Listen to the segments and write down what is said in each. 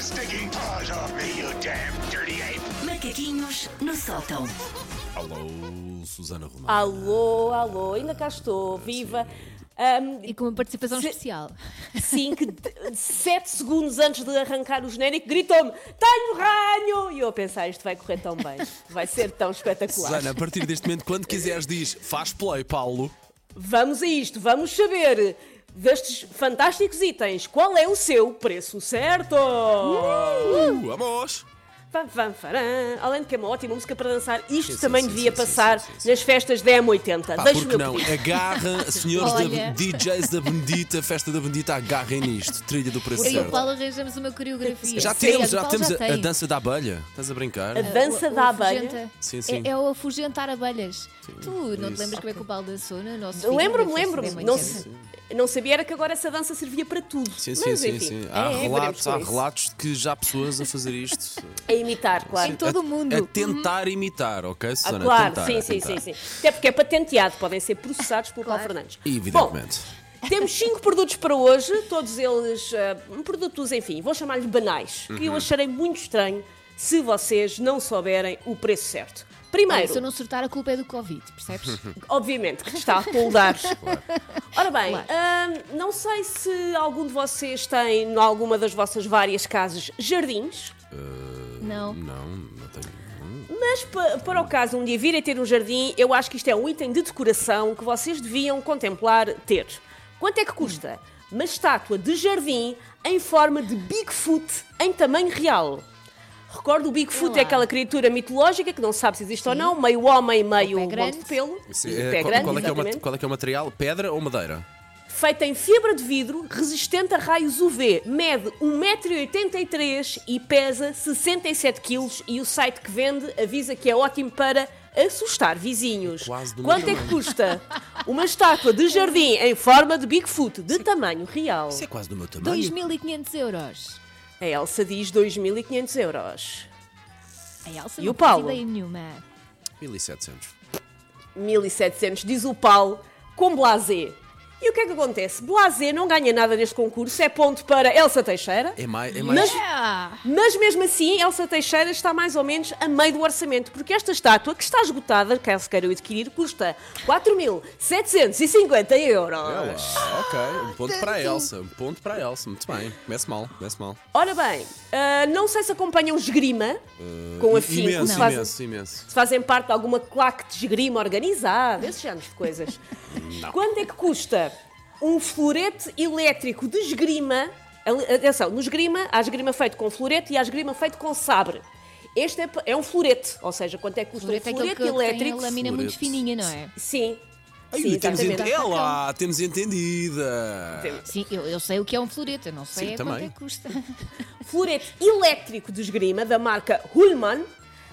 stinking paws off me, you damn dirty ape! Macaquinhos no sótão. Alô, Susana Romana. Alô, alô, ainda cá estou, viva. Ahm, E com uma participação Se- especial. sim, que de- sete segundos antes de arrancar o genérico, gritou-me: Tenho ranho! E eu a pensar: isto vai correr tão bem, vai ser tão espetacular. Susana, a partir deste momento, quando quiseres, diz faz play, Paulo. Vamos a isto, vamos saber destes fantásticos itens qual é o seu preço certo. Uh, vamos! Fam, fam, faram. Além de que é uma ótima música para dançar, Sim, isto sim, também sim, devia sim, sim, passar sim, sim. nas festas da M80. Pá, Deixa-me porque eu não? pedir. Agarra, senhores da, Olha. DJs da Bendita, festa da Bendita, agarrem nisto. Trilha do preço Eu e o certo. Paulo arranjamos uma coreografia. Já Aliás, temos, o já Paulo temos a, a tem. dança da abelha. Estás a brincar? A dança O- o da abelha. afugenta. Sim, sim. É, é o afugentar abelhas. tu não isso. te lembras como é que o Paulo dançou no nosso filme? Lembro-me, Foi assim, lembro-me. bem Não, muito se- não sabia era que agora essa dança servia para tudo. Sim, sim, Mas, sim, enfim, sim. é, Há é, veremos relatos, com há isso. relatos de que já há pessoas a fazer isto. A imitar, claro. Em todo A- o mundo. A tentar imitar, ok, Ah, então, Susana? claro, tentar, sim, a sim, sim, tentar. sim. Até porque é patenteado, podem ser processados por Paulo Claro. Fernandes. Evidentemente. Bom, temos cinco produtos para hoje, todos eles ah, produtos, enfim, vou chamar-lhe banais, que eu Uhum. acharei muito estranho se vocês não souberem o preço certo. Olha, Primeiro, se eu não surtar, a culpa é do Covid, percebes? obviamente, que está a poldar. Ora bem, Claro. ahm, não sei se algum de vocês tem, em alguma das vossas várias casas, jardins. Não, não. não tenho. Mas pa- para o caso um dia virem ter um jardim, eu acho que isto é um item de decoração que vocês deviam contemplar ter. Quanto é que custa? Uma estátua de jardim em forma de Bigfoot em tamanho real. Recordo, o Bigfoot Olá. é aquela criatura mitológica que não se sabe se existe ou não, meio homem, meio um pé monte grande. de pelo. Sim, E é, o pé qual, grande, qual é que é o ma- exatamente. qual é que é o material? Pedra ou madeira? Feita em fibra de vidro, resistente a raios UV, mede 1,83m e pesa 67kg e o site que vende avisa que é ótimo para assustar vizinhos. quase do meu Quanto é que tamanho. custa uma estátua de jardim em forma de Bigfoot de tamanho real? Isso é quase do meu tamanho. 2.500 euros. A Elsa diz 2.500 euros. A Elsa E não o Paulo? faz ideia nenhuma. 1700. 1.700, diz o Paulo, com blasé. E o que é que acontece? Blasé não ganha nada neste concurso, é ponto para Elsa Teixeira. É mais. É mais... Ah, Mas mesmo assim, Elsa Teixeira está mais ou menos a meio do orçamento, porque esta estátua, que está esgotada, caso queiram adquirir, custa 4.750 Ela, euros. ok, um ponto para a Elsa, um ponto para a Elsa, muito bem, comece mal, comece mal. Ora bem, ah, não sei se acompanham esgrima com afinco, imenso, se, fazem, imenso, imenso. se fazem parte de alguma claque de esgrima organizada, esses géneros de coisas. Quanto é que custa um florete elétrico de esgrima? Ali- Atenção, no esgrima, há esgrima feito com florete e há esgrima feito com sabre. Este é, pa- é um florete, ou seja, quanto é que o custa florete é um aquele florete que, que tem a elétrico? lâmina Florete. muito fininha, não é? Sim. Ai, Sim, temos exatamente. É ente... Ela, temos entendida. Sim, eu, eu sei o que é um florete, eu não sei Sim, a quanto também. é que custa. Florete elétrico de esgrima da marca Hullman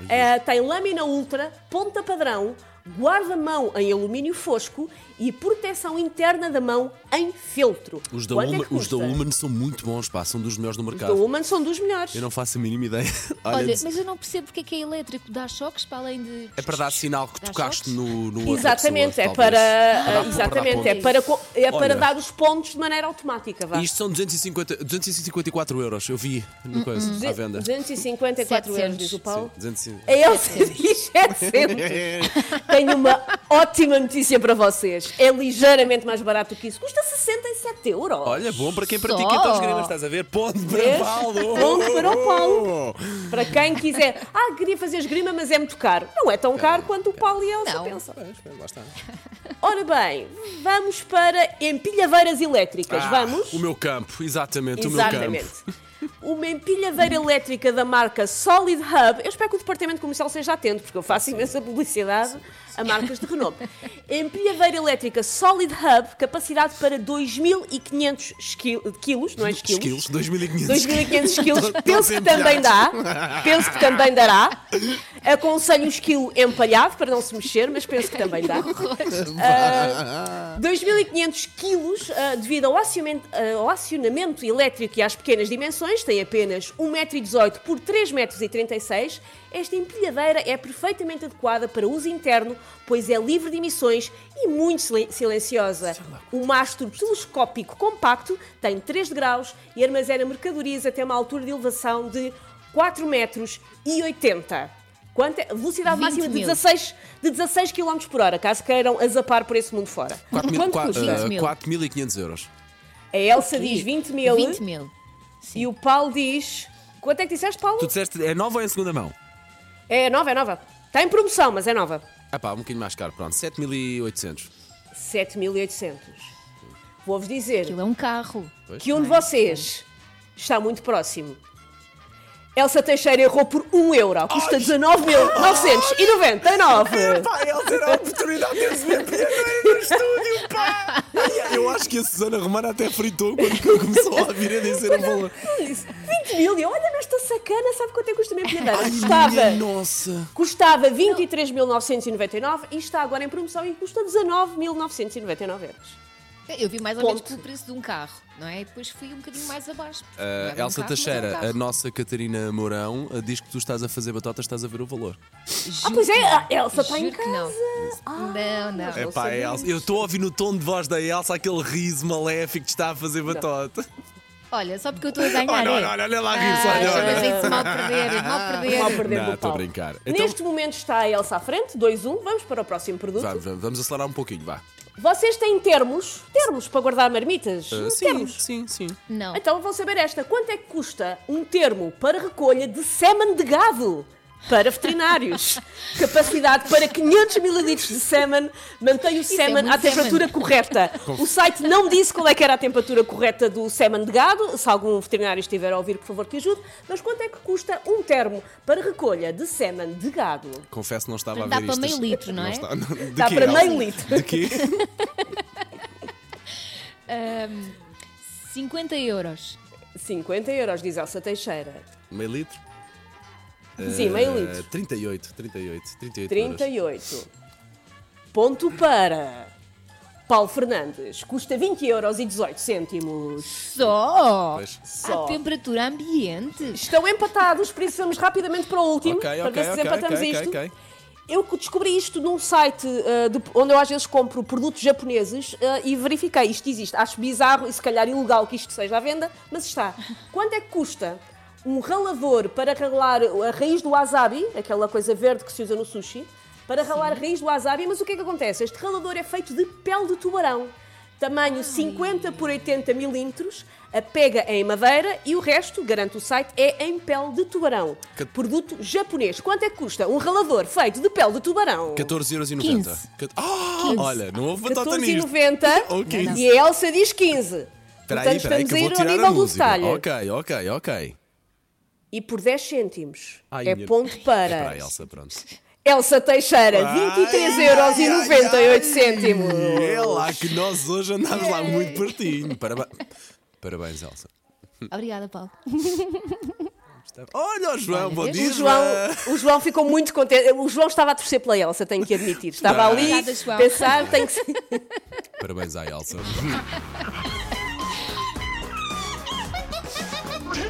eh, tem lâmina ultra, ponta padrão, guarda-mão em alumínio fosco e proteção interna da mão em feltro. Os da, Quanto Uma, é que os da custa? Woman são muito bons, pá, são dos melhores do Os da mercado. Hullman são dos melhores. Eu não faço a mínima ideia. Olha, Olha, mas eu não percebo porque é que é elétrico, dá choques para além de. é para dar sinal que Dá tocaste choques? no, no outra Exatamente, pessoa, talvez. é para, dar- eh, dar exatamente, é pontos. para, co- é para Olha. dar os pontos de maneira automática, vá. Isto são 250, 254 euros, eu vi no coisa, Uhum. à venda. 254 euros, 700. diz o Paulo. Sim, 200. A Elsa diz 700. é Tenho uma ótima notícia para vocês. É ligeiramente mais barato que isso. Custa 67 euros. Olha, bom para quem Só. pratica então os grimas, estás a ver? Ponto para Vês? Paulo! Ponto para o Paulo. Para quem quiser. Ah, queria fazer esgrima, mas é muito caro. Não é tão caro quanto o Paulo e a Elsa Não. pensam. Pois, pois, lá está. Ora bem, vamos para empilhaveiras elétricas. Ah, vamos? O meu campo, exatamente, o meu campo. Exatamente. Uma empilhadeira elétrica da marca Solid Hub. Eu espero que o departamento comercial seja atento, porque eu faço imensa publicidade a marcas de renome. Empilhadeira elétrica Solid Hub, capacidade para 2.500 esquil- quilos, não é esquilos? Esquilos, 2500. 2.500 quilos, Todos penso que também dá. Penso que também dará. Aconselho o esquilo empalhado para não se mexer, mas penso que também dá. Ah, 2.500 quilos, ah, devido ao acionamento, ah, ao um acionamento elétrico e às pequenas dimensões, tem apenas 1,18m por 3,36m, Esta empilhadeira é perfeitamente adequada para uso interno, pois é livre de emissões e muito silen- silenciosa. O mastro telescópico compacto tem 3 graus e armazena mercadorias até uma altura de elevação de 4 metros e 80. Quanto é? Velocidade 20 máxima de mil. 16, de 16 km por hora, caso queiram azapar por esse mundo fora. Quanto ah, custa? 20 mil. 4.500 euros. A Elsa diz 20 mil, 20 mil. e o Paulo diz... Quanto é que disseste, Paulo? Tu disseste, é nova ou é em segunda mão? É nova, é nova. Está em promoção, mas é nova. Ah pá, um bocadinho mais caro, pronto, 7.800. 7.800. Vou-vos dizer Aquilo é um carro. Pois. que um de vocês está muito próximo. Elsa Teixeira errou por 1 euro. Custa 19.999. Pá, ela terá é a oportunidade de receber primeiro no estúdio, pá! Eu acho que a Susana Romana até fritou quando começou a vir a dizer o valor. Disse, 20 mil. E eu, olha, nesta sacana, sabe quanto é que custa a minha pilhadeira? Ai, Custava, minha nossa! custava 23.999 e está agora em promoção e custa 19.999 euros. Eu vi mais ou menos Ponto. pelo preço de um carro, não é? E depois fui um bocadinho mais abaixo. Não Uh, era um Elsa carro, mas era um Teixeira, carro. a nossa Catarina Mourão, uh, diz que tu estás a fazer batotas, estás a ver o valor. Ah, Juro pois é, que não. a Elsa está em Juro que não. casa. Não, não. É. Não sabia. Eu estou a ouvir no tom de voz da Elsa aquele riso maléfico que está a fazer batota. Olha, só porque eu estou a ganhar. Olha, é. olha, olha, olha lá, Ah, riso, olha, já olha. pensei isso, mal perder, é mal perder. Mal perder Não, Então- do estou a pau. brincar. Neste momento está a Elsa à frente, 2-1. Vamos para o próximo produto. Vá, vá, vamos acelerar um pouquinho, vá. Vocês têm termos? Termos para guardar marmitas? Hum, Uh, sim, termos. sim, sim. Não. Então vão saber esta. Quanto é que custa um termo para recolha de sêmen de gado? Para veterinários. Capacidade para 500 ml de sêmen. Mantém o é sêmen muito à temperatura correta. O site não disse qual é que era a temperatura correta do sêmen de gado. Se algum veterinário estiver a ouvir, por favor, que ajude. Mas quanto é que custa um termo para recolha de sêmen de gado? Confesso, não estava a ver Dá para isto. meio litro, não é? está, não. De Dá quê, para Elsa? meio litro. De quê? 50 euros. 50 euros, diz Elsa Teixeira. Meio litro? Sim, meio Uh, litro. 38, 38, 38. 38. 38. Ponto para Paulo Fernandes. Custa 20 euros e 18 cêntimos. Só! Pois. Só. À temperatura ambiente. Estão empatados, por isso vamos rapidamente para o último, Ok, para ok, ver se ok, desempatamos ok, isto. ok. Eu descobri isto num site ah, de- onde eu às vezes compro produtos japoneses ah, e verifiquei, isto existe. Acho bizarro e se calhar ilegal que isto seja à venda, mas está. Quanto é que custa um ralador para ralar a raiz do wasabi, aquela coisa verde que se usa no sushi, para ralar a raiz do wasabi, mas o que é que acontece? Este ralador é feito de pele de tubarão. Tamanho 50 por 80 milímetros, a pega é em madeira e o resto, garante o site, é em pele de tubarão. Cat- Produto japonês. Quanto é que custa um ralador feito de pele de tubarão? 14,90€. 15. Cat- Ah, olha, não houve batota nisto. 14,90 Ou 15. e a Elsa diz 15. Portanto, estamos que eu vou a ir ao tirar a nível do música. detalhe. Ok, ok, É ok. E por 10 cêntimos Ai, é minha- ponto Espera para aí, Elsa, pronto. Elsa Teixeira, 23,98 euros. É lá que nós hoje andámos lá muito pertinho. Parabéns, Parabéns Elsa. Obrigada, Paulo. Olha o João, bom vês? dia, O João, João. o João ficou muito contente. O João estava a torcer pela Elsa, tenho que admitir. Tá. Estava ali Obrigada, João. a pensar, tem que ser. Parabéns à Elsa.